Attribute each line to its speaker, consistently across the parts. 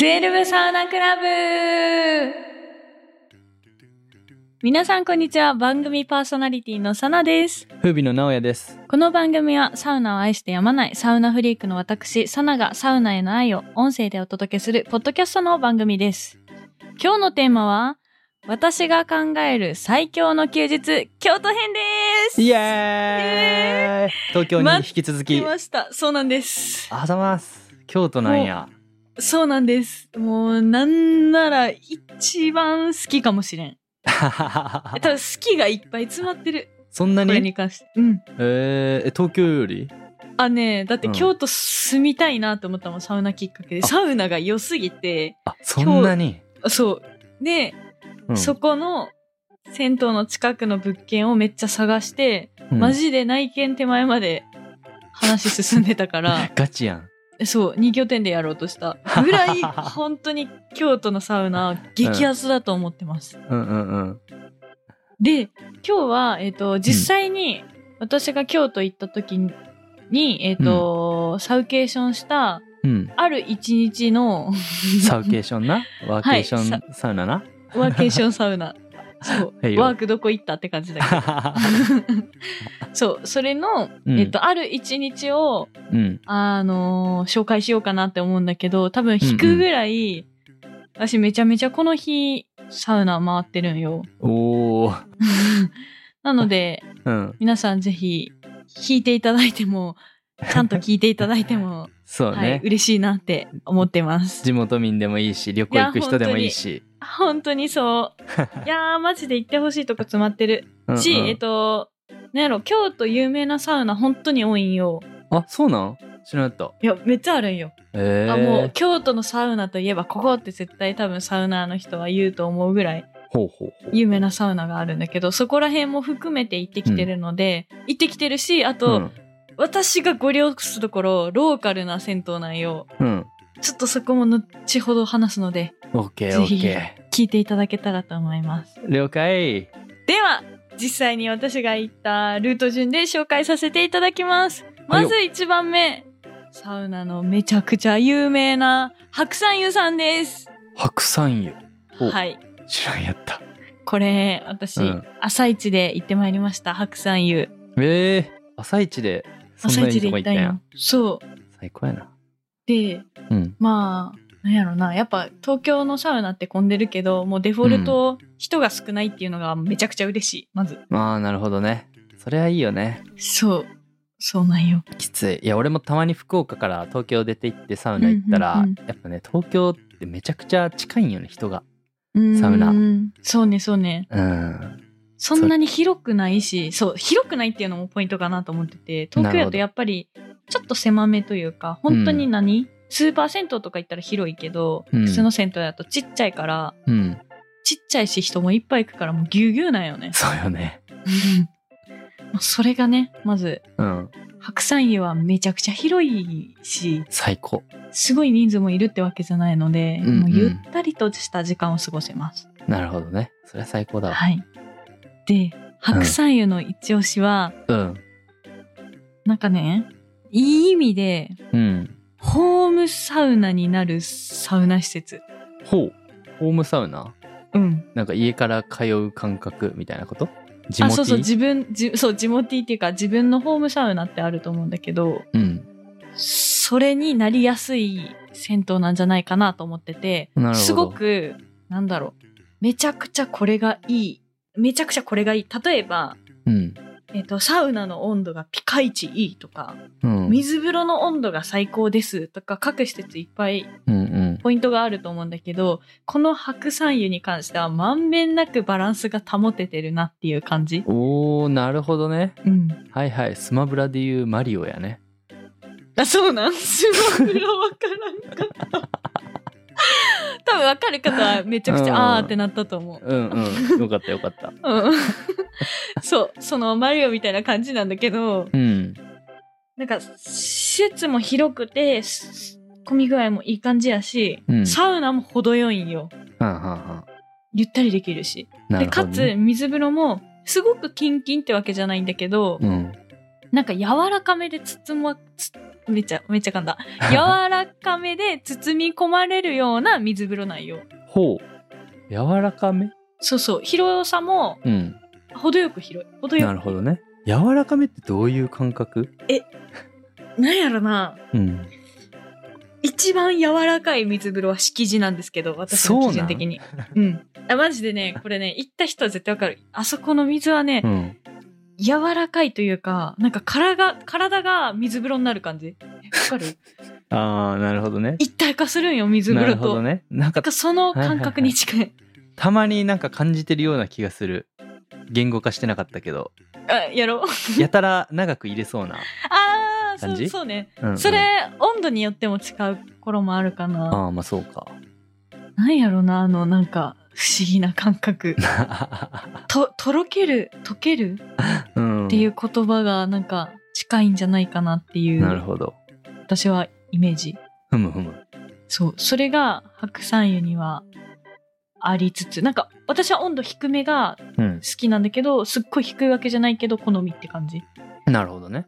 Speaker 1: 12サウナクラブ皆さんこんにちは番組パーソナリティのサナです
Speaker 2: 風美の直哉です。
Speaker 1: この番組はサウナを愛してやまないサウナフリークの私サナがサウナへの愛を音声でお届けするポッドキャストの番組です今日のテーマは私が考える最強の休日京都編です
Speaker 2: イエーイ。東京に引き続き。
Speaker 1: 来
Speaker 2: あ
Speaker 1: ましたそうなんです
Speaker 2: ざます。京都なんや。
Speaker 1: そうなんですもうなんなら一番好きかもしれん多分好きがいっぱい詰まってる
Speaker 2: そんな
Speaker 1: これ
Speaker 2: に。
Speaker 1: に関してうん
Speaker 2: えー、え東京より。
Speaker 1: あねだって
Speaker 2: うん
Speaker 1: 京都住みたいなと思ったもん、サウナきっかけで
Speaker 2: あ
Speaker 1: サウナが良すぎて
Speaker 2: あ、そんなに。
Speaker 1: そうで、
Speaker 2: うん
Speaker 1: そこの銭湯の近くの物件をめっちゃ探して、
Speaker 2: うん
Speaker 1: マジで内見手前まで話進んでたから
Speaker 2: ガチやん。
Speaker 1: そう2拠点でやろうとしたぐらい本当に京都のサウナ激安だと思ってます、
Speaker 2: うんうんうん。
Speaker 1: で今日は、えっと実際に私が京都行った時に、えっとサウケーションした
Speaker 2: うん。
Speaker 1: ある一日 の
Speaker 2: サウケーショ ンな。ワーケーション、
Speaker 1: はい
Speaker 2: サウ ナな。
Speaker 1: ワーケーションサウナそう
Speaker 2: はいよ
Speaker 1: ワークどこ行ったって感じだけ どそうそれの、
Speaker 2: うん
Speaker 1: えっとある一日を、
Speaker 2: うん。
Speaker 1: あのー紹介しようかなって思うんだけど多分引くぐらい、私めちゃめちゃこの日サウナ回ってるん よ
Speaker 2: おお。
Speaker 1: なので
Speaker 2: うん。
Speaker 1: 皆さんぜひ聞いていただいて もちゃんと聞いていただいても、
Speaker 2: そう
Speaker 1: は
Speaker 2: ね。
Speaker 1: い、嬉しいなって思ってます
Speaker 2: 地元民でもいいし、旅行行く人でもいいし。
Speaker 1: 本当にそう いやーマジで行ってほしいとこ詰まってるし、
Speaker 2: うんうん
Speaker 1: えっとなんやろ京都有名なサウナ本当に多いんよ
Speaker 2: あ、そうなん。知らなかっ
Speaker 1: いやめっちゃあるんよ、
Speaker 2: た。ええー。
Speaker 1: あもう京都のサウナといえばここって絶対多分サウナーの人は言うと思うぐらい
Speaker 2: ほうほうほう。
Speaker 1: 有名なサウナがあるんだけどそこら辺も含めて行ってきてるので、行ってきてるしあと、
Speaker 2: うん
Speaker 1: 私がご利用するところローカルな銭湯なんよ
Speaker 2: うん。
Speaker 1: ちょっとそこも後ほど話すので
Speaker 2: オッケ
Speaker 1: ぜ
Speaker 2: ーオ
Speaker 1: ひ
Speaker 2: ッケ
Speaker 1: 聞いていただけたらと思います
Speaker 2: ー。了解。
Speaker 1: では実際に私が行ったルート順で紹介させていただきますま
Speaker 2: はいよ
Speaker 1: ず1番目サウナのめちゃくちゃ有名な白山湯さんです
Speaker 2: 白山湯。お
Speaker 1: はい
Speaker 2: 知らんやった。
Speaker 1: これ私、
Speaker 2: うん
Speaker 1: 朝一で行ってまいりました白山湯
Speaker 2: ええ朝一で。そん
Speaker 1: 朝
Speaker 2: ないい
Speaker 1: 一
Speaker 2: と
Speaker 1: で
Speaker 2: こ
Speaker 1: 行
Speaker 2: 行っ
Speaker 1: った
Speaker 2: た
Speaker 1: ん
Speaker 2: んや
Speaker 1: よそう
Speaker 2: 最高やな。
Speaker 1: で
Speaker 2: うん。
Speaker 1: まあなんやろなやっぱ東京のサウナって混んでるけどもうデフォルト人が少ないっていうのがめちゃくちゃ嬉しいまず
Speaker 2: ああ、なるほどね。それはいいよね。
Speaker 1: そうそうなんよ
Speaker 2: きつい。いや、俺もたまに福岡から東京出て行ってサウナ行ったら、
Speaker 1: うんうん
Speaker 2: やっぱね、東京ってめちゃくちゃ近いんよね、人が。
Speaker 1: サ
Speaker 2: ウナ
Speaker 1: そうねそうね
Speaker 2: うん。
Speaker 1: そんなに広くないし、そう、広くないっていうのもポイントかなと思ってて、東京
Speaker 2: なる
Speaker 1: や
Speaker 2: ほ
Speaker 1: と
Speaker 2: ど
Speaker 1: やっぱりちょっと狭めというか、本当に何、スーパー銭湯とか行ったら広いけど、
Speaker 2: うん
Speaker 1: 普通の銭湯だとちっちゃいから、
Speaker 2: うん。
Speaker 1: ちっちゃいし人もいっぱい行くからもうぎゅうぎゅうなんよね。
Speaker 2: そうよね。
Speaker 1: まあそれがね、まず、
Speaker 2: うん。
Speaker 1: 白山湯はめちゃくちゃ広いし、
Speaker 2: 最高。
Speaker 1: すごい人数もいるってわけじゃないので、
Speaker 2: うんうん
Speaker 1: もうゆったりとした時間を過ごせます。
Speaker 2: なるほどね。それは最高だわ。
Speaker 1: はい。で、白山湯の一押しは、
Speaker 2: うん。
Speaker 1: なんかね、いい意味で、
Speaker 2: うん。
Speaker 1: ホームサウナになるサウナ施設。
Speaker 2: ほう。ホームサウナ
Speaker 1: うん。
Speaker 2: なんか家から通う感覚みたいなこと地
Speaker 1: あ、
Speaker 2: 元
Speaker 1: そうそう、自分、じそう、地元っていうか、自分のホームサウナってあると思うんだけど、
Speaker 2: うん。
Speaker 1: それになりやすい銭湯なんじゃないかなと思ってて、
Speaker 2: なるほど。
Speaker 1: すごく、なんだろう、めちゃくちゃこれがいい。めちゃくちゃこれがいい。例えば、
Speaker 2: うん。
Speaker 1: えっ、と、サウナの温度がピカイチいいとか、
Speaker 2: うん。
Speaker 1: 水風呂の温度が最高ですとか、各施設いっぱい
Speaker 2: うんうん。
Speaker 1: ポイントがあると思うんだけどこの白山湯に関してはまんべんなくバランスが保ててるなっていう感じ、
Speaker 2: おー、なるほどね。
Speaker 1: うん、
Speaker 2: はいはい。スマブラでいうマリオやね。
Speaker 1: あそうなんすごくわからんかった 多分わかる方はめちゃくちゃ、
Speaker 2: うん
Speaker 1: あーってなったと思う、
Speaker 2: うんうん。よかったよかった。
Speaker 1: うん、 そうそのマリオみたいな感じなんだけど
Speaker 2: うん。
Speaker 1: なんか施設も広くてす混み具合もいい感じやし、
Speaker 2: うん
Speaker 1: サウナも程よいんよ
Speaker 2: はんはんは
Speaker 1: ゆったりできるし
Speaker 2: ん。な
Speaker 1: で
Speaker 2: るほ
Speaker 1: か
Speaker 2: ど、
Speaker 1: つ
Speaker 2: ね。
Speaker 1: 水風呂もすごくキンキンってわけじゃないんだけど、
Speaker 2: うん。
Speaker 1: なんか柔らかめで包まつめっちゃ、めっちゃ噛ん だ。柔らかめで包み込まれるような水風呂内容。
Speaker 2: ほう。柔らかめ
Speaker 1: そうそう。広さも
Speaker 2: うん。
Speaker 1: 程よく広い。程よ
Speaker 2: なるほどね。柔らかめってどういう感覚
Speaker 1: く。なんやろな。
Speaker 2: うん。
Speaker 1: 一番柔らかい水風呂は敷地なんですけど、私の基準的に。うんあ。マジで ね、これね、行った人は絶対わかる。あそこの水はね、
Speaker 2: うん。
Speaker 1: 柔らかいというか、なんか体が、体が水風呂になる感じ。えわかる
Speaker 2: ああ、なるほどね。
Speaker 1: 一体化するんよ、水
Speaker 2: な
Speaker 1: 風
Speaker 2: る
Speaker 1: 呂
Speaker 2: ほど
Speaker 1: と。
Speaker 2: ね。なん
Speaker 1: な
Speaker 2: か
Speaker 1: んかその感覚に近い。
Speaker 2: たまになんか感じてるような気がする。言語化してなかったけど、
Speaker 1: あ、やろう。
Speaker 2: やたら長く入れそうな。
Speaker 1: ああ、そ
Speaker 2: 感
Speaker 1: う
Speaker 2: じ
Speaker 1: そうね。
Speaker 2: うんうん
Speaker 1: それ、温度によっても違う頃もあるかな。
Speaker 2: ああ、まあそうか。
Speaker 1: なんやろな、あの、なんか、不思議な感覚。と、とろける、溶ける
Speaker 2: うん、
Speaker 1: っていう言葉がなんか近いんじゃないかなってい
Speaker 2: なる
Speaker 1: う
Speaker 2: ほど。
Speaker 1: 私はイメージ
Speaker 2: ふむふむ。
Speaker 1: そうそれが白山湯にはありつつなんか私は温度低めが
Speaker 2: うん。
Speaker 1: 好きなんだけどすっごい低いわけじゃないけど好みって感じ
Speaker 2: なるほどね。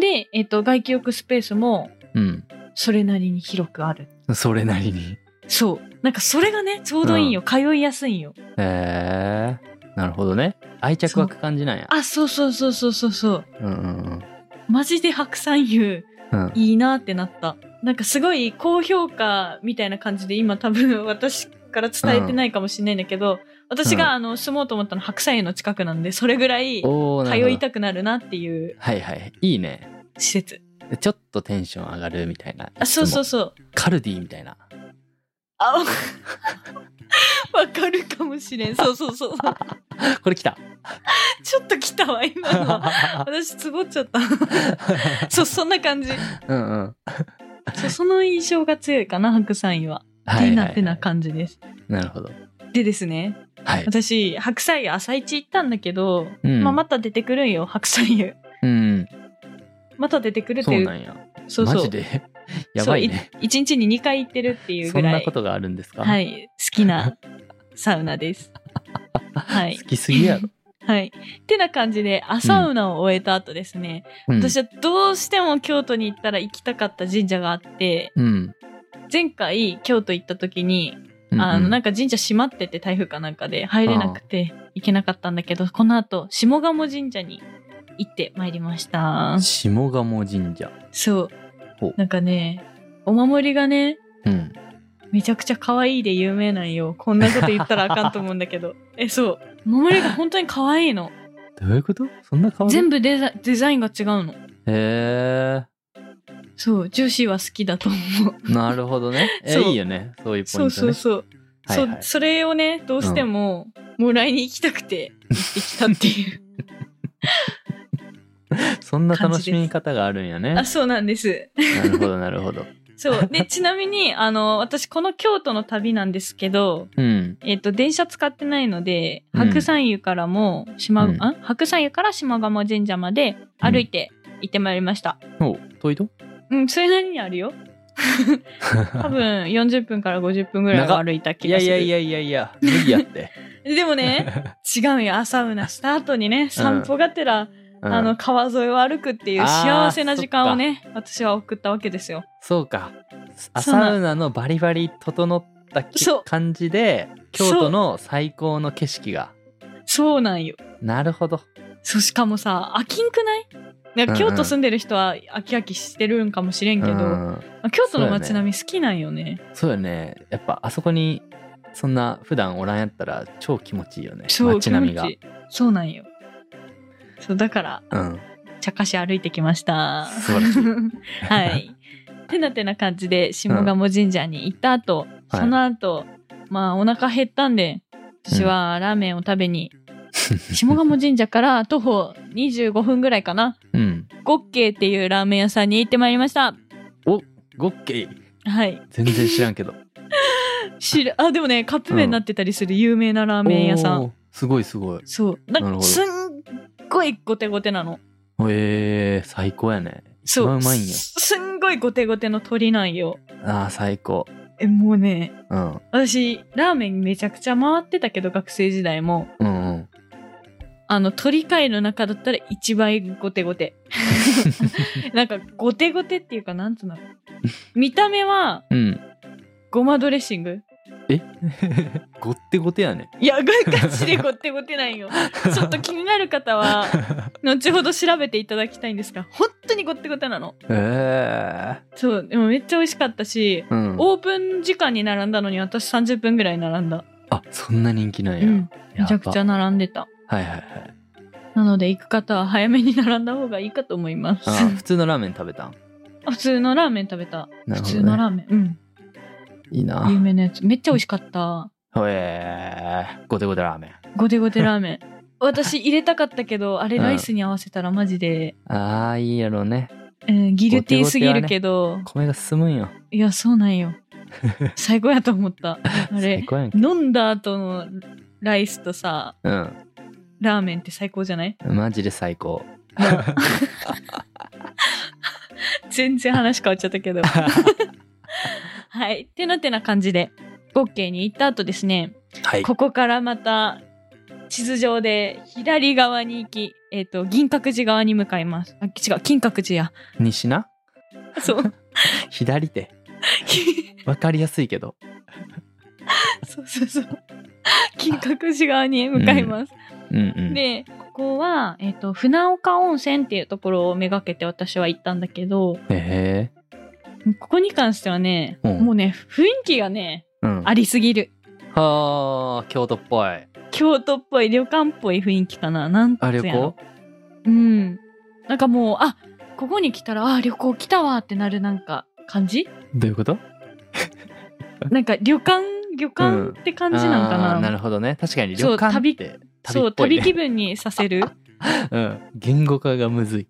Speaker 1: で、えっと外気浴スペースも
Speaker 2: うん。
Speaker 1: それなりに広くある
Speaker 2: それなりに。
Speaker 1: そうなんかそれがねちょうどいいんよ、通いやすいんよ
Speaker 2: へえなるほどね。愛着湧く感じなんや。
Speaker 1: あそうそうそうそうそうそう
Speaker 2: うんうん
Speaker 1: マジで白山湯
Speaker 2: うん。うん。
Speaker 1: いいなってなったなんかすごい高評価みたいな感じで今多分 私から伝えてないかもしれないんだけど、私
Speaker 2: うん
Speaker 1: があの住もうと思ったの白菜の近くなんでそれぐらい
Speaker 2: おおなる
Speaker 1: 通
Speaker 2: ほ
Speaker 1: い
Speaker 2: ど。
Speaker 1: たくなるなっていう
Speaker 2: はいはい。いいね。
Speaker 1: 施設
Speaker 2: ちょっとテンション上がるみたいな。
Speaker 1: あそうそう
Speaker 2: う。
Speaker 1: そう
Speaker 2: カルディみたいな。
Speaker 1: あわわかるかもしれんそうそうそう
Speaker 2: これ来 た。
Speaker 1: ちょっと来たわ今 の私つぼっちゃった そうそんな感じ
Speaker 2: うんうん。
Speaker 1: そうその印象が強いかな白菜は
Speaker 2: は
Speaker 1: て
Speaker 2: いは
Speaker 1: ないてな感じです
Speaker 2: なるほど。
Speaker 1: でですね
Speaker 2: はい。
Speaker 1: 私白菜朝一行ったんだけど、
Speaker 2: うん
Speaker 1: まあ、また出てくるんよ白菜湯
Speaker 2: うん。
Speaker 1: また出てくるって
Speaker 2: そう
Speaker 1: いう
Speaker 2: なんや。
Speaker 1: そうそう
Speaker 2: マジで やばいね。
Speaker 1: 一日に2回行ってるっていう
Speaker 2: そ
Speaker 1: ぐ
Speaker 2: ん
Speaker 1: ら
Speaker 2: ないことがあるんですか、
Speaker 1: はい好き なサウナですはい
Speaker 2: 好きすぎやろ。
Speaker 1: はいってな感じで朝サウナを終えた後ですね、
Speaker 2: うん
Speaker 1: 私はどうしても京都に行ったら行きたかった神社があって
Speaker 2: うん。
Speaker 1: 前回京都行った時にあ
Speaker 2: あ
Speaker 1: の、なん
Speaker 2: か、
Speaker 1: か神社閉まってて台風かなんかで入れなくて行けなかったんだけど、この後、下鴨神社に行ってまいりました。
Speaker 2: 下鴨神社。
Speaker 1: そう
Speaker 2: ほ。
Speaker 1: なんかね、お守りがね、
Speaker 2: うん。
Speaker 1: めちゃくちゃ可愛いで有名なんよ。こんなこと言ったらあかんと思うんだけ ど。え、そう。お守りが本当に可愛いの。
Speaker 2: どういうことそんな変わる
Speaker 1: 全
Speaker 2: 部。
Speaker 1: 部デザデザインが違うの。
Speaker 2: へ
Speaker 1: そう、ジューシーは好きだと思う。
Speaker 2: ー。なるほどね。え、
Speaker 1: そう
Speaker 2: いいよね。 そういうポイント
Speaker 1: そ
Speaker 2: ね。
Speaker 1: うそうそう。
Speaker 2: はいはい
Speaker 1: そうそれをねどうしても、もう来に行きたくて行ってきたっていう
Speaker 2: そんな楽しみ方があるんやね。
Speaker 1: あそうなんです
Speaker 2: なるほど、なるほど。
Speaker 1: そう。 で、ちなみに、あの、私、この京都の旅なんですけど、
Speaker 2: うん。
Speaker 1: えっ、と、電車使ってないので、
Speaker 2: うん
Speaker 1: 白山湯からも、島、
Speaker 2: うん
Speaker 1: あ白山湯から島鴨神社まで歩いて行ってまいりました。
Speaker 2: お遠いと
Speaker 1: うん、それなりにある よ。多分、40分から50分ぐらいは歩いた
Speaker 2: い
Speaker 1: 気
Speaker 2: や
Speaker 1: がす
Speaker 2: い
Speaker 1: る。
Speaker 2: やいやいやいや、無理や って。
Speaker 1: でもね、 違うんよ。朝ウナした後にね、散歩がてら、
Speaker 2: うん
Speaker 1: あの、、川沿いを歩くっていう
Speaker 2: あー
Speaker 1: 幸せな時間をね、私は送ったわけですよ。
Speaker 2: そうか。ア
Speaker 1: そうな
Speaker 2: サウナのバリバリ整ったき
Speaker 1: そう
Speaker 2: 感じで、
Speaker 1: そう
Speaker 2: 京都の最高の景色が。
Speaker 1: そうなんよ。
Speaker 2: なるほど。
Speaker 1: そうしかもさ飽きんくないなんか
Speaker 2: うんうん
Speaker 1: 京都住んでる人は飽き飽きしてるんかもしれんけど、
Speaker 2: う
Speaker 1: ま
Speaker 2: ん
Speaker 1: あ京都の街並み好きなんよね
Speaker 2: そうよね。やっぱあそこに、そんな普段おらんやったら超気持ちいいよね。
Speaker 1: そう
Speaker 2: 街並みが
Speaker 1: 気持。ちいいそうなんよそうだから
Speaker 2: うん。
Speaker 1: 茶化し歩いてきました
Speaker 2: 素晴らしい
Speaker 1: はいてなてな感じで下鴨神社に行った後、
Speaker 2: はい
Speaker 1: その後まあお腹減ったんで私はラーメンを食べに、下鴨神社から徒歩25分ぐらいかな
Speaker 2: うん。
Speaker 1: ゴッケーっていうラーメン屋さんに行ってまいりました
Speaker 2: ゴッケイ。
Speaker 1: はい
Speaker 2: 全然知らん けど。
Speaker 1: 知るあでもねカップ麺になってたりする有名なラーメン屋さん、
Speaker 2: おー。すごいすごい。
Speaker 1: そう
Speaker 2: な
Speaker 1: な
Speaker 2: る
Speaker 1: ん
Speaker 2: ほ
Speaker 1: か
Speaker 2: ど
Speaker 1: すんごいゴテゴテなの
Speaker 2: えー、最高やね。
Speaker 1: そう
Speaker 2: 一番うまいんや。
Speaker 1: すすんごいゴテゴテの鳥なんよ
Speaker 2: ああ、最高。
Speaker 1: えもうね
Speaker 2: うん。
Speaker 1: 私ラーメンめちゃくちゃ回ってたけど学生時代も
Speaker 2: うんうん。
Speaker 1: あの、鳥界の中だったら一倍ゴテゴ テ。なんか、ゴテゴテっていうか、なんつうの。見た目は、
Speaker 2: うん。
Speaker 1: ごまドレッシング
Speaker 2: えごってごてやね。
Speaker 1: いや、ガチでゴテゴテ なんよ。ちょっと気になる方は、後ほど調べていただきたいんですが、本当にゴテゴテなの。
Speaker 2: え
Speaker 1: そう、でもめっちゃ美味しかったし、
Speaker 2: えうん。
Speaker 1: オープン時間に並んだのに私30分ぐらい並んだ。
Speaker 2: あ、そんな人気なんや。
Speaker 1: うん。めちゃくちゃ
Speaker 2: や
Speaker 1: 並んでた。
Speaker 2: ば。はいはいはい。
Speaker 1: なので行く方は早めに並んだ方がいいかと思います。
Speaker 2: あー普通のラーメン食べたん。
Speaker 1: 普通のラーメン食べた。普
Speaker 2: なるほどね
Speaker 1: 通のラーメン。うん。
Speaker 2: いいな
Speaker 1: 有。名なやつ。めっちゃ美味しかった。
Speaker 2: ほえー、ごてごてラーメン。
Speaker 1: ゴテゴテラーメン。私入れたかったけど、あれライスに合わせたらマジで、
Speaker 2: ああ、いいやろね。
Speaker 1: うん、ギルティーすぎるけど、
Speaker 2: 米が進むんよ。
Speaker 1: いや、そうなん よ。最高やと思った。あ
Speaker 2: 最
Speaker 1: れ、
Speaker 2: 高やんけ。
Speaker 1: 飲んだ後のライスとさ、
Speaker 2: うん。
Speaker 1: ラーメンって最高じゃない
Speaker 2: マジで最高。
Speaker 1: 全然話変わっちゃったけど。 はい。てなてな感じで、ボッケーに行った後ですね、
Speaker 2: はい。
Speaker 1: ここからまた地図上で左側に行き、えっ、と、銀閣寺側に向かいます。あ、違う、金閣寺 や。
Speaker 2: 西な
Speaker 1: そう。
Speaker 2: 左手。わかりやすいけど。
Speaker 1: そうそうそう。 金閣寺側に向かいます。
Speaker 2: うんうん。
Speaker 1: で、ここは、えっ、と、船岡温泉っていうところをめがけて私は行ったんだけど、
Speaker 2: へえ
Speaker 1: ここに関してはね、
Speaker 2: うん
Speaker 1: もうね、雰囲気がね、
Speaker 2: うん。
Speaker 1: ありすぎる。
Speaker 2: はあ、京都っぽい。
Speaker 1: 京都っぽい旅館っぽい雰囲気かな。なんつう
Speaker 2: あ、
Speaker 1: や
Speaker 2: 旅
Speaker 1: ろう
Speaker 2: 行
Speaker 1: ん。なんかもう、あここに来たら、あ旅行来たわってなるなんか感じ
Speaker 2: どういうこと
Speaker 1: なんか旅館、旅
Speaker 2: うん
Speaker 1: 館って感じなんかな。
Speaker 2: あーなるほどね。確かに旅
Speaker 1: そう
Speaker 2: 館って
Speaker 1: そう、
Speaker 2: 旅っぽい
Speaker 1: 旅
Speaker 2: ね
Speaker 1: 気分にさせ る。
Speaker 2: うん。言語化がむずい。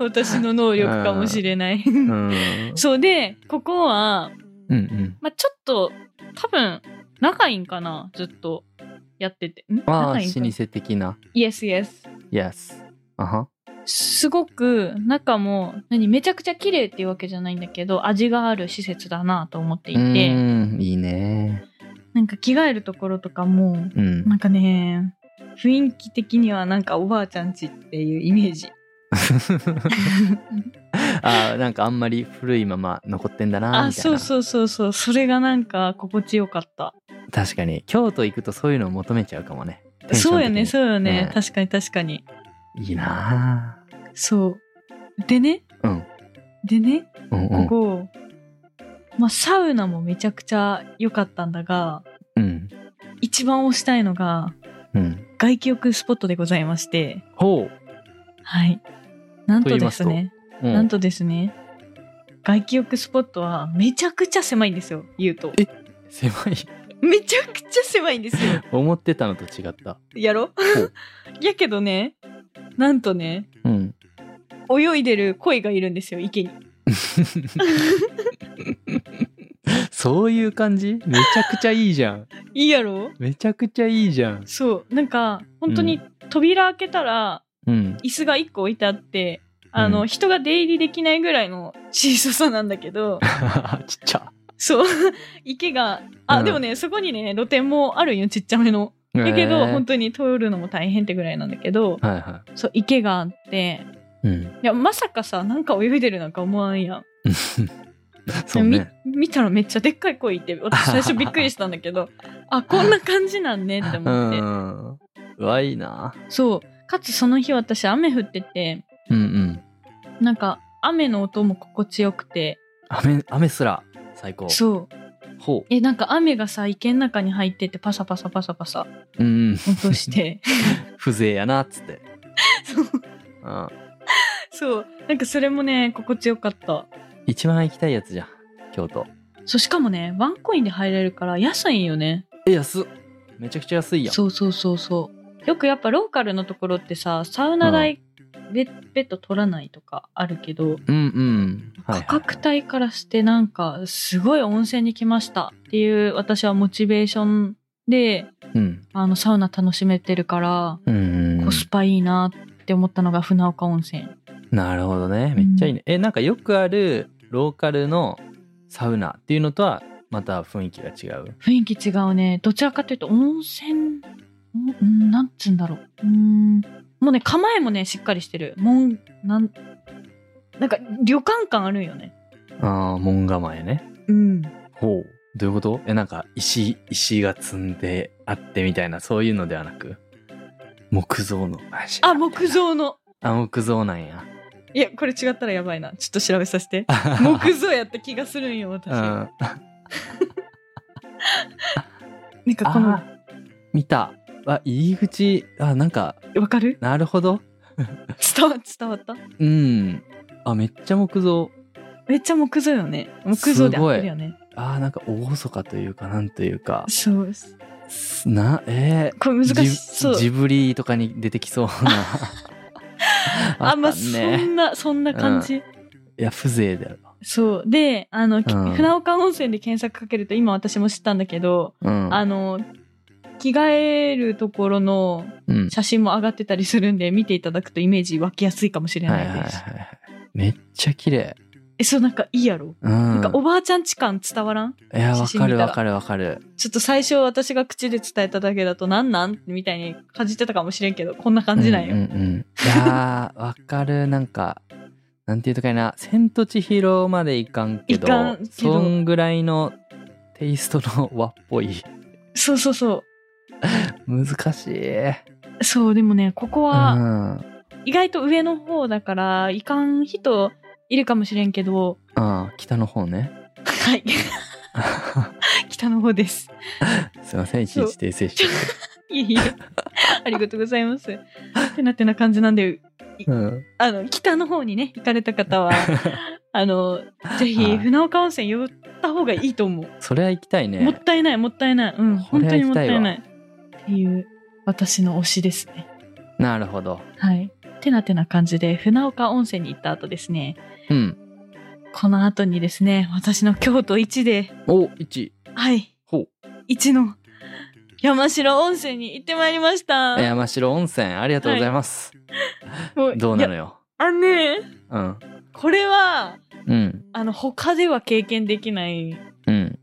Speaker 1: 私の能力かもしれない。
Speaker 2: うん。うん
Speaker 1: そうで、ここは、
Speaker 2: うん。
Speaker 1: まあ、ちょっと、多分、仲いいんかな、ずっと。やってて。ん
Speaker 2: ああ、
Speaker 1: 仲いいんか
Speaker 2: 老舗的な。
Speaker 1: イエスイエス。
Speaker 2: Yes。あは。
Speaker 1: すごく中も何めちゃくちゃ綺麗っていうわけじゃないんだけど味がある施設だなと思っていうて
Speaker 2: ん。いいね。
Speaker 1: なんか着替えるところとかも
Speaker 2: うん。
Speaker 1: なんかね雰囲気的にはなんかおばあちゃんちっていうイメー ジ
Speaker 2: あーなんかあんまり古いまま残ってんだなみたいな
Speaker 1: あそうそうそうそうそれがなんか心地よかった
Speaker 2: 確かに京都行くとそういうのを求めちゃうかもねテンショ
Speaker 1: そう
Speaker 2: ン的
Speaker 1: よね
Speaker 2: に
Speaker 1: そうよね
Speaker 2: ね
Speaker 1: 確かに確かに
Speaker 2: いいな
Speaker 1: そうでね
Speaker 2: あうん
Speaker 1: でね
Speaker 2: うんう
Speaker 1: こ
Speaker 2: ん
Speaker 1: こ、まあ、サウナもめちゃくちゃ良かったんだが
Speaker 2: うん
Speaker 1: 一番推したいのが
Speaker 2: うん
Speaker 1: 外気浴スポットでございまして、
Speaker 2: ほ
Speaker 1: はい。なんとです
Speaker 2: と言い
Speaker 1: ね、
Speaker 2: う、うん、
Speaker 1: なんとですね、外気浴スポットはめちゃくちゃ狭いんですよ、言うと。
Speaker 2: 狭い
Speaker 1: めちゃくちゃ狭いんですよ。
Speaker 2: 思ってたのと違った
Speaker 1: やろ やけどね、なんとね、
Speaker 2: うん
Speaker 1: 泳いでる鯉がいるんですよ、池に。
Speaker 2: そういう感じめちゃくちゃいいじゃん
Speaker 1: いいやろ
Speaker 2: めちゃくちゃいいじゃん
Speaker 1: そう、なんか、本当に扉開けたら、
Speaker 2: うん
Speaker 1: 椅子が1個置いてあって、あの、
Speaker 2: うん
Speaker 1: 人が出入りできないぐらいの 小ささなんだけど、
Speaker 2: ちっちゃ
Speaker 1: そう。 池が、あ、
Speaker 2: うん
Speaker 1: でもね、そこにね、露店もあるんよ、ちっちゃめの。だけど、本
Speaker 2: 当
Speaker 1: 当に通るのも大変ってぐらいなんだけど、
Speaker 2: はいは
Speaker 1: そう、池があって、
Speaker 2: いうん
Speaker 1: いや、まさかさ、なんか泳いでるなんか思わんやん。
Speaker 2: そうね
Speaker 1: み見たらめっちゃでっかい子いて、私最初びっくりしたんだけど、あ、こんな感じなんねって
Speaker 2: う
Speaker 1: 思って。
Speaker 2: んうわいいな
Speaker 1: そう。かつその日私雨降ってて、
Speaker 2: うんうん
Speaker 1: なんか雨の音も心地よくて、
Speaker 2: 雨雨すら最高
Speaker 1: そう。
Speaker 2: ほ
Speaker 1: え、なんか雨がさ、池の中に入っててパサパサパサパサ
Speaker 2: ううん
Speaker 1: 音 して。
Speaker 2: 風情やなっつって
Speaker 1: そう。
Speaker 2: うん
Speaker 1: そう。なんかそれもね、心地よかった。
Speaker 2: 一番行きたいやつじゃん京都
Speaker 1: そう、しかもね、ワンコインで入れるから安いんよね。
Speaker 2: え安っめちゃくちゃ安いやん
Speaker 1: そうそうそうそう。よくやっぱローカルのところってさ、サウナ代、ベベッド取らないとかあるけど、
Speaker 2: うんうんはいはい
Speaker 1: 価格帯からしてなんか、すごい温泉に来ましたっていう、私はモチベーションで、
Speaker 2: うん
Speaker 1: あの、サウナ楽しめてるから、
Speaker 2: うんうん
Speaker 1: コスパいいなって思ったのが船岡温泉。
Speaker 2: なるほどねめっちゃいいね、えなんかよくあるローカルのサウナっていうのとはまた雰囲気が違う
Speaker 1: 雰囲気違うね。どちらかというと温泉うんなんつうんだろううんもうね構えもねしっかりしてるもんなんなんか旅館感あるよね
Speaker 2: ああ門構えね
Speaker 1: うん
Speaker 2: ほうどういうことえなんか石石が積んであってみたいなそういうのではなく木造の柱
Speaker 1: あ木造の
Speaker 2: あ木造なんや
Speaker 1: いやこれ違ったらやばいなちょっと調べさせ て木造やった気がするんよ私、
Speaker 2: うん
Speaker 1: な
Speaker 2: あ
Speaker 1: んかこの
Speaker 2: 見たあ入り口あなんか
Speaker 1: わかる
Speaker 2: なるほど
Speaker 1: 伝わ伝わった
Speaker 2: うんあめっちゃ木造
Speaker 1: めっちゃ木造よね木造で合ってるよね
Speaker 2: あーなんか厳かというかなんというか
Speaker 1: そうです
Speaker 2: すなえー
Speaker 1: これ難し
Speaker 2: ジブ
Speaker 1: そう
Speaker 2: ジブリとかに出てきそうな
Speaker 1: あ
Speaker 2: あ
Speaker 1: まあ
Speaker 2: った
Speaker 1: そ
Speaker 2: ね
Speaker 1: んなそんな感じ、
Speaker 2: いや風情だよ
Speaker 1: そうであの、き
Speaker 2: うん
Speaker 1: 船岡温泉で検索かけると今私も知ったんだけど、
Speaker 2: うん
Speaker 1: あの着替えるところの
Speaker 2: うん
Speaker 1: 写真も上がってたりするんで見ていただくとイメージ湧きやすいかもしれ
Speaker 2: はい
Speaker 1: な
Speaker 2: はい
Speaker 1: いです、
Speaker 2: はいはいめっちゃ綺麗
Speaker 1: えそうなんかいいやろ、
Speaker 2: うん
Speaker 1: なんかおばあちゃんち感伝わらん
Speaker 2: いやわ
Speaker 1: 写
Speaker 2: か
Speaker 1: 真見
Speaker 2: る
Speaker 1: たら
Speaker 2: わかるわかる
Speaker 1: ちょっと最初私が口で伝えただけだとなんなんみたいに感じてたかもしれんけどこんな感じなんよ、
Speaker 2: うんうんうんいやーわかるなんかなんていうとかいな「千と千尋」までいかんけど
Speaker 1: いかんけど
Speaker 2: そんぐらいのテイストの和っぽい
Speaker 1: そうそうそ
Speaker 2: 難しい、
Speaker 1: うそうでもねここ
Speaker 2: う
Speaker 1: は、
Speaker 2: ん、
Speaker 1: 意外と上の方だからいかん人いるかもしれんけど
Speaker 2: ああ北の方ね
Speaker 1: はい 北の方です
Speaker 2: すいませんいちいち訂正して、
Speaker 1: いえいえありがとうございますてなてな感じなんで
Speaker 2: うん、
Speaker 1: あの北の方にね行かれた方 はあのぜ
Speaker 2: は
Speaker 1: ひ
Speaker 2: い
Speaker 1: 船岡温泉寄った方がいいと思う、
Speaker 2: それは行きたい
Speaker 1: も
Speaker 2: ね
Speaker 1: ったいないもったいないうん
Speaker 2: こ
Speaker 1: 本
Speaker 2: れは
Speaker 1: 当にもったいない
Speaker 2: 行
Speaker 1: っていう私の推しですね
Speaker 2: なるほど
Speaker 1: はいてなてな感じで船岡温泉に行った後ですね
Speaker 2: うん
Speaker 1: この後にですね私の京都一で
Speaker 2: お一
Speaker 1: はい。
Speaker 2: ほう
Speaker 1: 一の山城温泉に行ってまいりました。
Speaker 2: 山城温泉ありがとうございます、
Speaker 1: もう
Speaker 2: どうない
Speaker 1: や
Speaker 2: のよ
Speaker 1: あのね、
Speaker 2: うん
Speaker 1: これは、
Speaker 2: うん
Speaker 1: あの、他では経験できない
Speaker 2: うん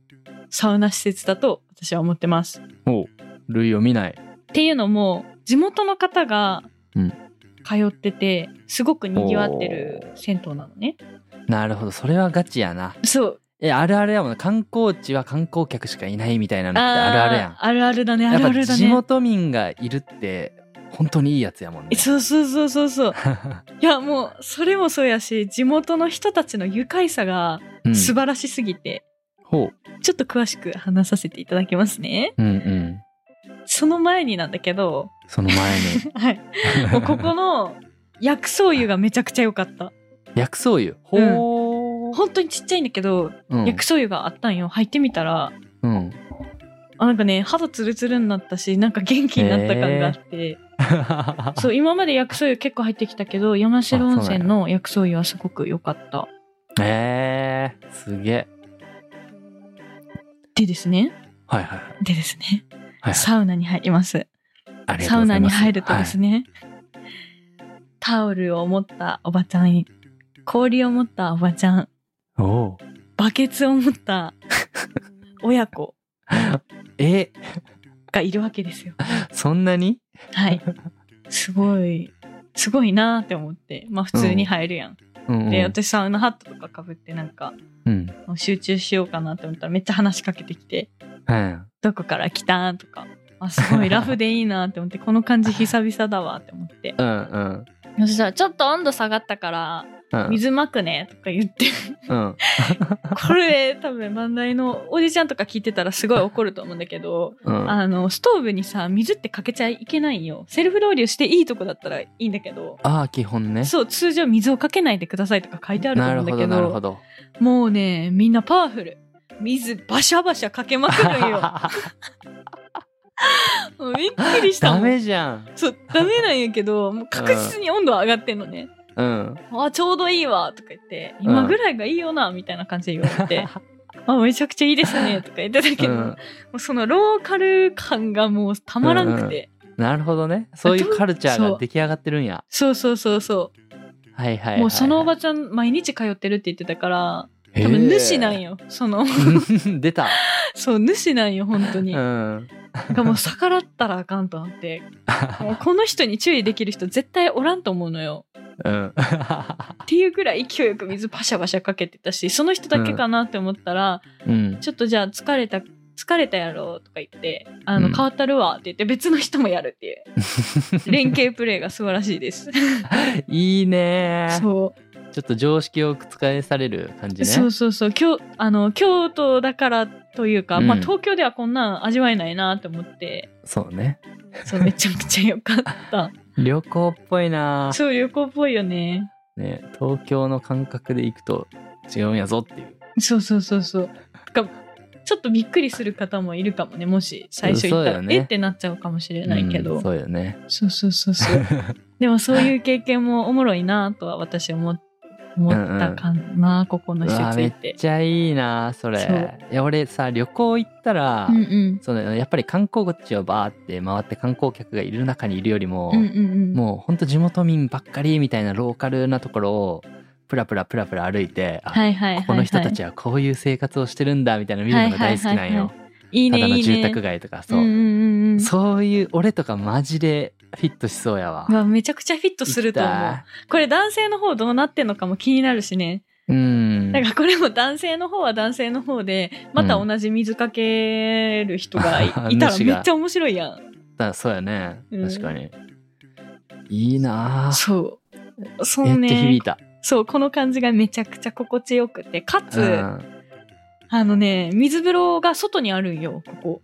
Speaker 1: サウナ施設だと私は思ってます。っ
Speaker 2: お類を見ない
Speaker 1: ていうのも、地元の方が
Speaker 2: うん
Speaker 1: 通ってて、すごく賑わってる銭湯なのね。
Speaker 2: なるほどそれはガチやな
Speaker 1: そう。
Speaker 2: えあるあるやもんね観光地は観光客しかいないみたいなのってあるあるやん
Speaker 1: ーあるあるだね、ある
Speaker 2: や
Speaker 1: あ
Speaker 2: っぱ
Speaker 1: るだ
Speaker 2: 地
Speaker 1: ね。
Speaker 2: 元民がいるって本当にいいやつやもんね
Speaker 1: そうそうそうそうそう。いや、もう、それもそうやし、地元の人たちの愉快さが
Speaker 2: うん
Speaker 1: 素晴らしすぎて、
Speaker 2: ほ
Speaker 1: ちょっと詳しく話させていただきますね。
Speaker 2: ううんうん
Speaker 1: その前になんだけど、
Speaker 2: その前
Speaker 1: はい、
Speaker 2: に
Speaker 1: もうここの薬草湯がめちゃくちゃ良かった。
Speaker 2: 薬草湯ほう、
Speaker 1: 本当にちっちゃいんだけど、
Speaker 2: うん
Speaker 1: 薬草湯があったんよ。入ってみたら、
Speaker 2: うん、
Speaker 1: あなんかね、肌ツルツルになったし、なんか元気になった感があって、そう、今まで薬草湯結構入ってきたけど、山城温泉の薬草湯はすごく良かった。
Speaker 2: えー、すげえ
Speaker 1: でですね、
Speaker 2: はいはい
Speaker 1: でですね、
Speaker 2: はい
Speaker 1: サウナに入ります。
Speaker 2: ありが
Speaker 1: サ
Speaker 2: とう
Speaker 1: ウ
Speaker 2: ござ
Speaker 1: ナ
Speaker 2: いま
Speaker 1: に
Speaker 2: す
Speaker 1: 入るとですね、タオルを持ったおばちゃん、氷を持ったおばちゃん、
Speaker 2: はい、おう
Speaker 1: バケツを持った親子
Speaker 2: え
Speaker 1: がいるわけですよ。
Speaker 2: そんなに
Speaker 1: はい。すごい、すごいなーって思って、まあ普通に入るやん。
Speaker 2: うんうん
Speaker 1: で、私サウナハットとかかぶってなんか、
Speaker 2: うん
Speaker 1: もう集中しようかなって思ったらめっちゃ話しかけてきて、
Speaker 2: うん
Speaker 1: どこから来たんとか、あ、すごいラフでいいなって思って、 この感じ久々だわって思って。
Speaker 2: うんうん
Speaker 1: そしたら、ちょっと温度下がったから、
Speaker 2: うん
Speaker 1: 水まくねとか言 って
Speaker 2: うん
Speaker 1: これ多分バンダイのおじちゃんとか聞いてたらすごい怒ると思うんだけど
Speaker 2: うん
Speaker 1: あのストーブにさ水ってかけちゃいけないよセルフロウリュしていいとこだったらいいんだけど
Speaker 2: ああ基本ね
Speaker 1: そう通常水をかけないでくださいとか書いてあると
Speaker 2: な
Speaker 1: 思うんだ
Speaker 2: るほど
Speaker 1: け
Speaker 2: なる
Speaker 1: ど
Speaker 2: ほど
Speaker 1: もうねみんなパワフル水バシャバシャかけまくるんよもうびっくりした
Speaker 2: ダ
Speaker 1: もん
Speaker 2: メじゃん
Speaker 1: そうダメなんやけどもう確実に温度は上がってんのね、
Speaker 2: うん
Speaker 1: あちょうどいいわとか言って今ぐらいがいいよなみたいな感じで言われて、あめちゃくちゃいいです ねとか言ってたけど、
Speaker 2: う
Speaker 1: も
Speaker 2: ん
Speaker 1: うそのローカル感がもうたまらんくて、
Speaker 2: なるほどねそういうカルチャー
Speaker 1: そ
Speaker 2: が
Speaker 1: う
Speaker 2: 出来上がってるんや
Speaker 1: そうそうそうそ、
Speaker 2: はいはいはいうはい
Speaker 1: もうそのおばちゃん毎日通ってるって言ってたから
Speaker 2: へえー
Speaker 1: 多分主なんよ、その
Speaker 2: 出た。
Speaker 1: そう主なんよ本 当に、
Speaker 2: うん。
Speaker 1: なんかもう逆らったらあかんとなってもうこの人に注意できる人絶対おらんと思うのよ
Speaker 2: うん。
Speaker 1: っていうぐらい勢いよく水パシャパシャかけてたしその人だけかなって思ったら、
Speaker 2: うん。
Speaker 1: ちょっとじゃあ疲れた疲れたやろとか言ってあの、
Speaker 2: うん
Speaker 1: 変わったるわって言って別の人もやるっていう連携プレーが素晴らしい です
Speaker 2: いいねー。
Speaker 1: そう
Speaker 2: ちょっと常識を覆される感じね。
Speaker 1: そうそうそう京あの京都だからというか、
Speaker 2: うん
Speaker 1: まあ、東京ではこんなん味わえないなと思って
Speaker 2: そうね。
Speaker 1: そうめちゃくちゃ良か った
Speaker 2: 旅行っぽいなー。
Speaker 1: そう旅行っぽいよね
Speaker 2: ね、東京の感覚で行くと違うんやぞっていう。
Speaker 1: そうそうそう そうかちょっとびっくりする方もいるかもねもし最初行った
Speaker 2: そう
Speaker 1: ら、
Speaker 2: よね
Speaker 1: えってなっちゃうかもしれないけど、
Speaker 2: うん
Speaker 1: そう
Speaker 2: そうよね。
Speaker 1: そうそうそう でもそういう経験もおもろいなとは私思っ思ったかな、ここの
Speaker 2: う
Speaker 1: 施
Speaker 2: わ
Speaker 1: 設
Speaker 2: め
Speaker 1: っ。
Speaker 2: ってちゃいいなそれ
Speaker 1: そう
Speaker 2: いや俺さ旅行行ったら、
Speaker 1: うんうん
Speaker 2: そのやっぱり観光地をバーって回って観光客がいる中にいるよりも、
Speaker 1: うんうんうん
Speaker 2: もうほんと地元民ばっかりみたいなローカルなところをプラプラプラプラ歩いて、あ
Speaker 1: はいはいはいはい
Speaker 2: ここの人たちはこういう生活をしてるんだみたいな見るのが大好き
Speaker 1: は
Speaker 2: なん
Speaker 1: いはいは
Speaker 2: よ
Speaker 1: いい
Speaker 2: た
Speaker 1: ね
Speaker 2: だの
Speaker 1: いいね
Speaker 2: 住宅街とかそう、
Speaker 1: うんうんうんうん
Speaker 2: そういう俺とかマジでフィットしそうやわ
Speaker 1: うわめちゃくちゃフィットすると思
Speaker 2: 行き
Speaker 1: う。これ男性の方どうなってんのかも気になるしね。
Speaker 2: たいうん
Speaker 1: なんかこれも男性の方は男性の方で、また同じ水かける人がい,、
Speaker 2: うん
Speaker 1: いたら
Speaker 2: 主
Speaker 1: め
Speaker 2: が
Speaker 1: っちゃ面白いやん。
Speaker 2: だそうやね、
Speaker 1: うん
Speaker 2: 確かにいいなぁ
Speaker 1: そう。そ
Speaker 2: め
Speaker 1: う
Speaker 2: っちゃ響い
Speaker 1: ね。
Speaker 2: た、
Speaker 1: そう、この感じがめちゃくちゃ心地よくて、かつ、
Speaker 2: うん
Speaker 1: あのね、水風呂が外にあるんよ、ここ。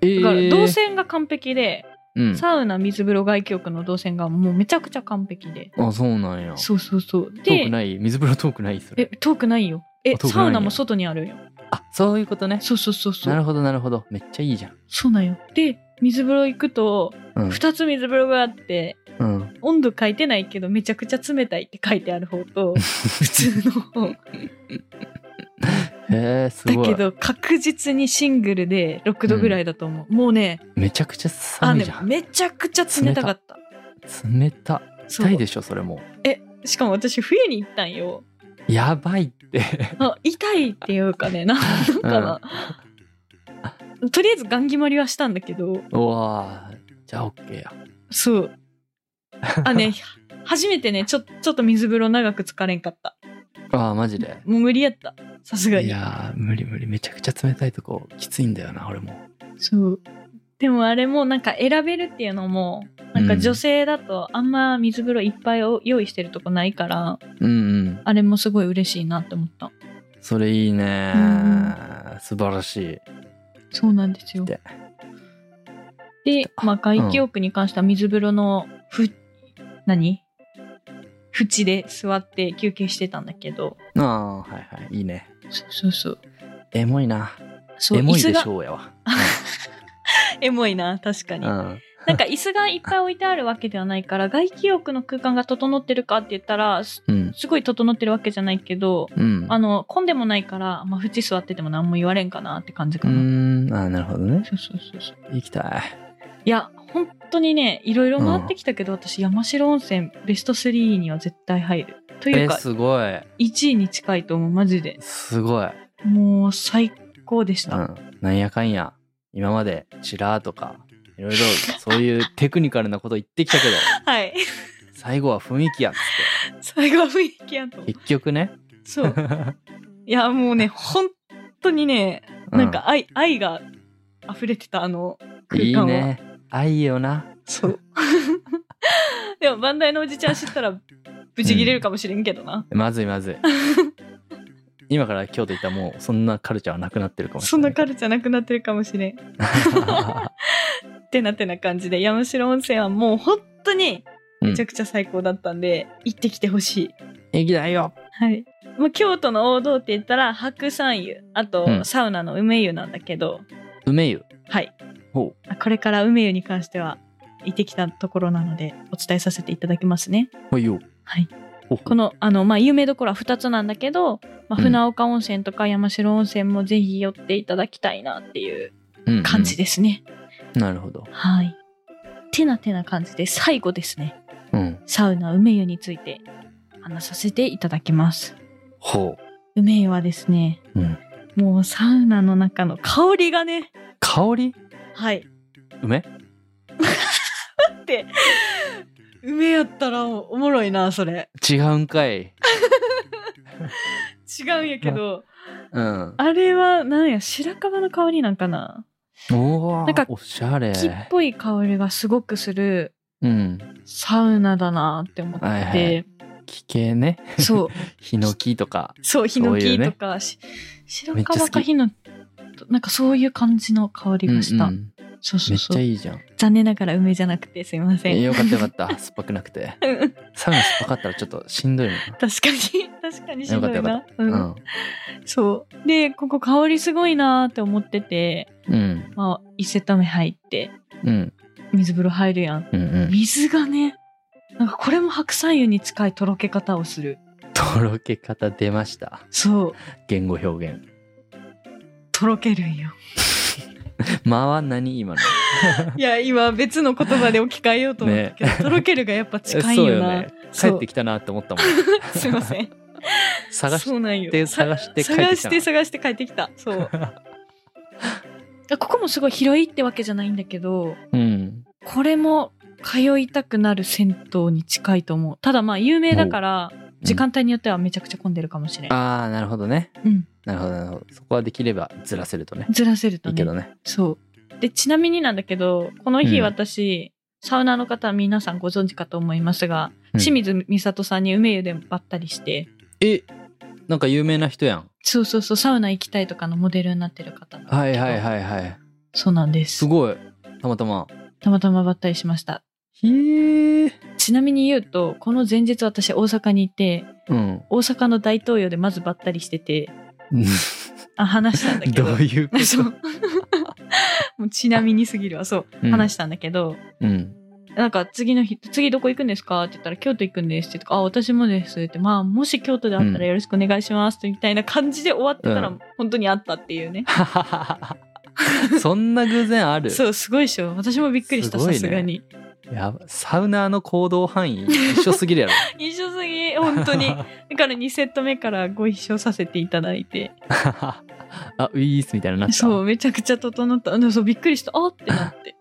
Speaker 2: え
Speaker 1: だから動線が完璧で、
Speaker 2: うん、
Speaker 1: サウナ、水風呂、外気浴の動線がもうめちゃくちゃ完璧で。
Speaker 2: あそうなんや
Speaker 1: そうそうそう。
Speaker 2: 遠く
Speaker 1: で、
Speaker 2: ない水風呂遠くないそ
Speaker 1: え
Speaker 2: れ、
Speaker 1: 遠くないよ。え
Speaker 2: あ遠、くないんや
Speaker 1: サウナも外にあるんよ。
Speaker 2: あそういうことね
Speaker 1: そうそうそうそ
Speaker 2: な
Speaker 1: う。
Speaker 2: るほどなるほどめっちゃいいじゃん
Speaker 1: そうなんよ。で、水風呂行くと、
Speaker 2: うん、
Speaker 1: 2つ水風呂があって、
Speaker 2: うん、
Speaker 1: 温度書いてないけど、めちゃくちゃ冷たいって書いてある方 と、普通の方。だ
Speaker 2: へえすご
Speaker 1: け
Speaker 2: い
Speaker 1: ど、確実にシングルで6度ぐらいだと思う。もうね、
Speaker 2: めちゃくちゃ
Speaker 1: あ
Speaker 2: 寒い
Speaker 1: ね
Speaker 2: じゃ、ん
Speaker 1: めちゃくちゃ冷たかった。
Speaker 2: 冷た
Speaker 1: そう
Speaker 2: 痛いでしょそれも
Speaker 1: しかも私、冬に行ったんよ。
Speaker 2: うやばいって
Speaker 1: あ痛いっていうか ね、ななんかな。とりあえず、ガン決まりはしたんだけど、
Speaker 2: うわーじゃあ OK や
Speaker 1: そう。あね、 初めてね、ちょ、ちょっと水風呂長く疲れんかった。
Speaker 2: あーマジで
Speaker 1: もう無理やった。さすが
Speaker 2: い
Speaker 1: に。
Speaker 2: やー無理無理めちゃくちゃ冷たいとこきついんだよな俺も
Speaker 1: そう。でもあれもなんか選べるっていうのも、なんか女性だとあんま水風呂いっぱいを用意してるとこないから、
Speaker 2: うんうん
Speaker 1: あれもすごい嬉しいなって思った。
Speaker 2: それいいねー、素晴らしい
Speaker 1: そうなんですよ。
Speaker 2: で
Speaker 1: で、まあ外気浴に関しては水風呂のふ、何縁で座って休憩してたんだけど、
Speaker 2: ああはいはいいいね
Speaker 1: そうそうそう。
Speaker 2: エモいな
Speaker 1: そう
Speaker 2: エモいで
Speaker 1: 椅
Speaker 2: し
Speaker 1: 子が
Speaker 2: ょうやわ
Speaker 1: エモいな、確か
Speaker 2: う
Speaker 1: に。
Speaker 2: ん
Speaker 1: なんか椅子がいっぱい置いてあるわけではないから、外気浴の空間が整ってるかって言ったら、す
Speaker 2: うん
Speaker 1: すごい整ってるわけじゃないけど、
Speaker 2: うん
Speaker 1: あの、混んでもないから、まあ、縁座ってても何も言われんかなって感じ
Speaker 2: う
Speaker 1: か
Speaker 2: ー
Speaker 1: な。
Speaker 2: んあーなるほどね
Speaker 1: そうそうそうそう。
Speaker 2: 行きたい
Speaker 1: いや、本当にね、いろいろ回ってきたけど、私、山城温泉ベスト3には絶対入る。というか、
Speaker 2: すごい
Speaker 1: 1位に近いと思う、マジで。
Speaker 2: すごい、
Speaker 1: もう、最高でし
Speaker 2: う
Speaker 1: た。
Speaker 2: ん、なんやかんや今までチラーとかいろいろそういうテクニカルなこと言ってきたけ ど
Speaker 1: はい。
Speaker 2: 最後は雰囲気やっつっ
Speaker 1: 最後は雰囲気やと思
Speaker 2: て結局ね
Speaker 1: う。そう。いや、もうね、本当にね、なんか愛、愛が溢れてたあの
Speaker 2: うん
Speaker 1: 空
Speaker 2: いい
Speaker 1: 間は。
Speaker 2: ね愛よな
Speaker 1: そう。 でも、バンダイのおじちゃん知ったら、ブチ切れるかもしれんけどな。
Speaker 2: まずいま ずい今から京都行ったらもうそんなカルチャーはなくなってるかもし
Speaker 1: そ
Speaker 2: れ
Speaker 1: ん
Speaker 2: な
Speaker 1: ないカルチャーなくなってるかもしれん。ってなってな感じで、山城温泉はもう本当にめちゃくちゃ最高だったんで、行ってきてほしい。
Speaker 2: 行きたいよ
Speaker 1: はい。まあ、京都の王道って言ったら、白山湯、あと、
Speaker 2: うん
Speaker 1: サウナの梅湯なんだけど、
Speaker 2: 梅湯
Speaker 1: はい。
Speaker 2: ほ
Speaker 1: これから梅湯に関しては、行ってきたところなので、お伝えさせていただきますね。
Speaker 2: うほいよ
Speaker 1: はい
Speaker 2: ほ
Speaker 1: この、あの、まあ、有名どころは2つなんだけど、まあ、
Speaker 2: うん
Speaker 1: 船岡温泉とか山城温泉もぜひ寄っていただきたいなっていう
Speaker 2: うんうん
Speaker 1: 感じですね。
Speaker 2: なるほど
Speaker 1: はい。てなてな感じで、最後ですね、
Speaker 2: うん
Speaker 1: サウナ梅湯について話させていただきます。
Speaker 2: ほ
Speaker 1: 梅はですね、
Speaker 2: うん
Speaker 1: もうサウナの中の香りがね、
Speaker 2: 香り
Speaker 1: はい。
Speaker 2: 梅
Speaker 1: 梅やったらおもろいな、それ。
Speaker 2: 違うんかい。
Speaker 1: 違うんやけど、
Speaker 2: うん。
Speaker 1: あれは、なんや、白樺の香りなんかな
Speaker 2: おお。
Speaker 1: なんか
Speaker 2: おしゃれ。
Speaker 1: 木っぽい香りがすごくする
Speaker 2: うん。
Speaker 1: サウナだなって思って、
Speaker 2: はいは木系ね。
Speaker 1: そう、
Speaker 2: ヒノキとか。
Speaker 1: そう、ヒノキとか、し白樺かヒノキ、なんかそういう感じの香りがした。
Speaker 2: うんうん
Speaker 1: そうそ
Speaker 2: め
Speaker 1: う
Speaker 2: っち
Speaker 1: そ
Speaker 2: ゃ
Speaker 1: う。
Speaker 2: いいじゃん。
Speaker 1: 残念ながら梅じゃなくてすいません。
Speaker 2: えよかったよかった。酸っぱくなくて。
Speaker 1: うん
Speaker 2: サウナ酸っぱかったらちょっとしんどいもん
Speaker 1: 確かに、 確かにしんどい
Speaker 2: よかったよ
Speaker 1: な。うん
Speaker 2: な。
Speaker 1: そう。で、ここ香りすごいなーって思ってて、
Speaker 2: うん。うん。
Speaker 1: まあ、一セット目入って、
Speaker 2: うん。
Speaker 1: 水風呂入るやん。
Speaker 2: うんうん。
Speaker 1: 水がね、なんかこれも白菜湯に近いとろけ方をする。
Speaker 2: とろけ方出ました。
Speaker 1: そう、
Speaker 2: 言語表現。
Speaker 1: とろけるんよ。
Speaker 2: 間は何今の。
Speaker 1: いや、今別の言葉で置き換えようと思ったけど、とろけるがやっぱ近いよな。
Speaker 2: 帰
Speaker 1: そう
Speaker 2: ってきたなって思ったもん。
Speaker 1: すいません。
Speaker 2: 探し
Speaker 1: そうなんよ
Speaker 2: て探して帰ってきた
Speaker 1: 探して探して帰ってきた。そう。ここもすごい広いってわけじゃないんだけど、
Speaker 2: うん。
Speaker 1: これも通いたくなる銭湯に近いと思う。ただまあ有名だから、時間帯によってはめちゃくちゃ混んでるかもしれん。
Speaker 2: ああ、なるほどね。
Speaker 1: うん。
Speaker 2: なるほど、なるほど。そこはできればずらせるとね。
Speaker 1: ずらせると
Speaker 2: いい
Speaker 1: ね。
Speaker 2: けどね。
Speaker 1: そう。で、ちなみになんだけど、この日
Speaker 2: うん
Speaker 1: 私、サウナーの方は皆さんご存知かと思いますが、
Speaker 2: うん
Speaker 1: 清水美里さんに梅湯でばったりして、
Speaker 2: え、なんか有名な人やん。
Speaker 1: そうそうそう、サウナ行きたいとかのモデルになってる方なんだけど
Speaker 2: はいはいはいはい。
Speaker 1: そうなんですす。
Speaker 2: ごい。たまたま。
Speaker 1: たまたまばったりしました。
Speaker 2: へえ。
Speaker 1: ちなみに言うと、この前日私大阪にいて、
Speaker 2: うん。
Speaker 1: 大阪の大東洋でまずばったりしてて、あ話したんだけ
Speaker 2: ど
Speaker 1: ど
Speaker 2: ういうこ
Speaker 1: そう もうちなみにすぎるわそう、
Speaker 2: と
Speaker 1: 話したんだけど
Speaker 2: うん。
Speaker 1: なんか次の日次どこ行くんですかって言ったら京都行くんですって言うとあ私もですってまあもし京都であったらよろしくお願いしますみたいな感じで終わってたら、
Speaker 2: うん
Speaker 1: 本当にあったっていうね
Speaker 2: うん。 そんな偶然ある
Speaker 1: そうすごいでしょ私もびっくりした
Speaker 2: すごい
Speaker 1: さ
Speaker 2: ね
Speaker 1: すがに
Speaker 2: やばサウナーの行動範囲一緒すぎるやろ。
Speaker 1: 一緒すぎ本当にだから2セット目からご一緒させていただいて
Speaker 2: あ、ウィースみたいになった。
Speaker 1: そうめちゃくちゃ整ったあでもそうびっくりしたあってな って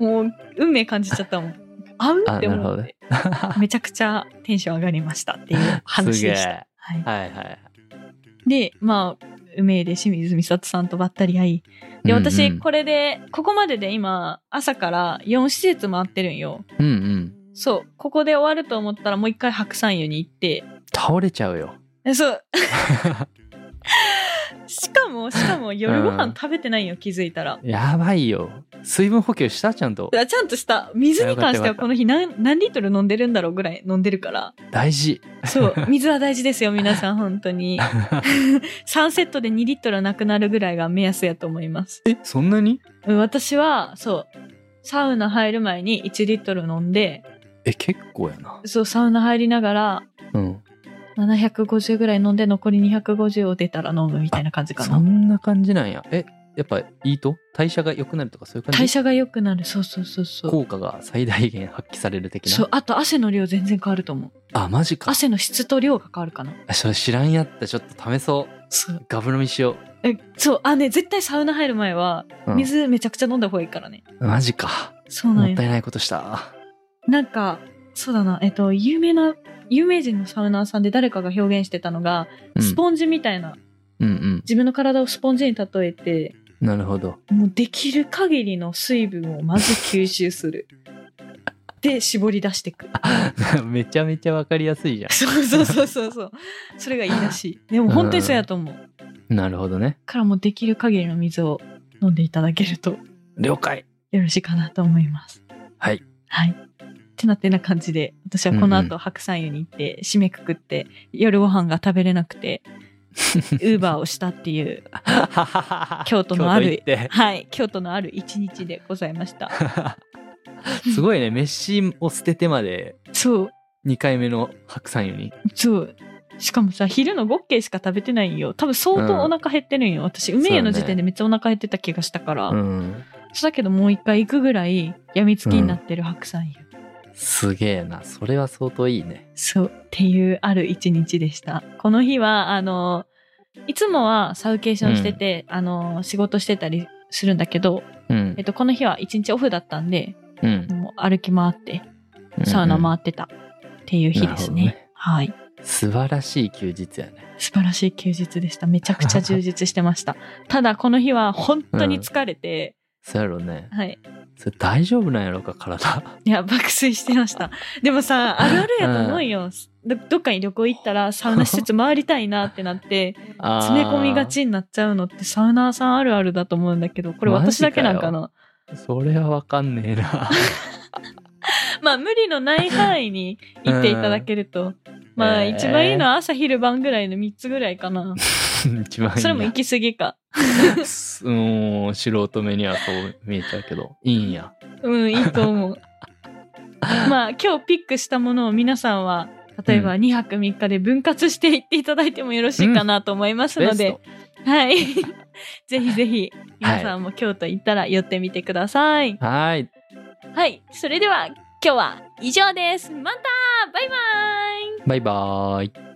Speaker 1: もう運命感じちゃったもん。合うって
Speaker 2: あなるほ
Speaker 1: 思
Speaker 2: ど
Speaker 1: っ
Speaker 2: ね
Speaker 1: て、 めちゃくちゃテンション上がりましたっていう話
Speaker 2: すげ
Speaker 1: でした。
Speaker 2: え。
Speaker 1: はい、
Speaker 2: はいはい。
Speaker 1: で、まあ、梅で清水美里さんとばったり会い。で、私、
Speaker 2: うんうん
Speaker 1: これで、ここまでで今、朝から4施設回ってるんよ。
Speaker 2: うんうん。
Speaker 1: そう、ここで終わると思ったらもう一回白山湯に行って、
Speaker 2: 倒れちゃうよ。
Speaker 1: え そう。しかも、しかも夜ご飯食べてないよ、気づいたら。
Speaker 2: やばいよ。水分補給したちゃんと。
Speaker 1: あちゃんとした水に関してはこの日何何リットル飲んでるんだろうぐらい飲んでるから
Speaker 2: 大事。
Speaker 1: そう、水は大事ですよ、皆さん、本当 に。3セットで2リットルなくなるぐらいが目安やと思います。
Speaker 2: え、そんなに
Speaker 1: うん私は、そう、サウナ入る前に1リットル飲んで、
Speaker 2: え、結構やな。
Speaker 1: そう、サウナ入りながら、
Speaker 2: うん。
Speaker 1: 750ぐらい飲んで、残り250を出たら飲むみたいな感じか
Speaker 2: そ
Speaker 1: な。
Speaker 2: んな感じなんや。え、やっぱいいと代謝が良くなるとかそういう感じ
Speaker 1: 代謝が良くなる、そうそうそうそう。
Speaker 2: 効果が最大限発揮される的
Speaker 1: そ
Speaker 2: な
Speaker 1: う、。あと汗の量全然変わると思う。
Speaker 2: あ、マジか。
Speaker 1: 汗の質と量が変わるかな。
Speaker 2: あそれ知らんやった。ちょっと試そう。
Speaker 1: そう。
Speaker 2: ガブ飲みしよ
Speaker 1: え、そう、あ、ね、絶対サウナ入る前は、
Speaker 2: う。うん
Speaker 1: 水めちゃくちゃ飲んだ方がいいからね。
Speaker 2: マジか。
Speaker 1: そうなん
Speaker 2: も
Speaker 1: よ
Speaker 2: ったいないことした。
Speaker 1: なんか、そうだな、えっと、有名な、有名人のサウナーさんで誰かが表現してたのが、
Speaker 2: うん
Speaker 1: スポンジみたいな、
Speaker 2: うんうん。
Speaker 1: 自分の体をスポンジに例えて、
Speaker 2: なるほど。
Speaker 1: もうできる限りの水分をまず吸収する。で、絞り出していく。
Speaker 2: めちゃめちゃわかりやすいじ ゃ
Speaker 1: そうそうそうそうそう。それがいいらしい。でも本当にそうやと思う。
Speaker 2: ん。なるほどね。
Speaker 1: からもうできる限りの水を飲んでいただけると
Speaker 2: 了解。
Speaker 1: よろしいかなと思います。
Speaker 2: はい。
Speaker 1: はい。ってなってな感じで、私はこの
Speaker 2: うんう
Speaker 1: 後白山湯に行って、締めくくって、夜ご飯が食べれなく て、ウーバーをしたっていう、 京都のある
Speaker 2: 京都行って
Speaker 1: はい、京都のある一日でございました。
Speaker 2: すごいね。飯を捨ててまで
Speaker 1: そう、
Speaker 2: 2回目の白山湯に。
Speaker 1: そう。しかもさ、昼の5軒しか食べてないんよ。多分相当お腹減ってるんよ。私、梅湯の時点でめっちゃお腹減ってた気がしたから。
Speaker 2: うん。
Speaker 1: そうだけどもう一回行くぐらい、病みつきになってる白山湯。
Speaker 2: すげえな。それは相当いいね。
Speaker 1: そうっていうある一日でしたこの日はあのいつもはサウケーションしてて、あの仕事してたりするんだけど、
Speaker 2: うん
Speaker 1: えっ。と、この日は一日オフだったんで
Speaker 2: うん。
Speaker 1: もう歩き回ってサウナ回ってたっていう日ですね,、
Speaker 2: なるほどね
Speaker 1: はい
Speaker 2: 素晴らしい休日やね。
Speaker 1: 素晴らしい休日でしためちゃくちゃ充実してましたただこの日は本当に疲れて、
Speaker 2: そうやろね。
Speaker 1: はい
Speaker 2: それ大丈夫なんやろか、 体。
Speaker 1: いや爆睡してましたでもさあるあるやと思うよ、どどっかに旅行行ったらサウナ施設回りたいなってなって
Speaker 2: あー
Speaker 1: 詰め込みが。ちになっちゃうのってサウナーさんあるあるだと思うんだけどこれ私だけなんかな
Speaker 2: それはわかんね えな。
Speaker 1: まあ無理のない範囲に行っていただけると、まあ
Speaker 2: えー
Speaker 1: 一番いいのは朝昼晩ぐらいの3つぐらいかな、
Speaker 2: 一番いいな
Speaker 1: それも行き過ぎか
Speaker 2: すうん、素人目にはそう見えちゃうけど、いいんや。
Speaker 1: うんいいと思うまあ今日ピックしたものを皆さんは例えば2泊3日で分割して行っていただいてもよろしいかなと思いますので、はい ぜひぜひ皆さんも京都行ったら寄ってみてください
Speaker 2: ト。はーい。
Speaker 1: はい、それでは今日は以上です。またバイバイ
Speaker 2: バイバーイ。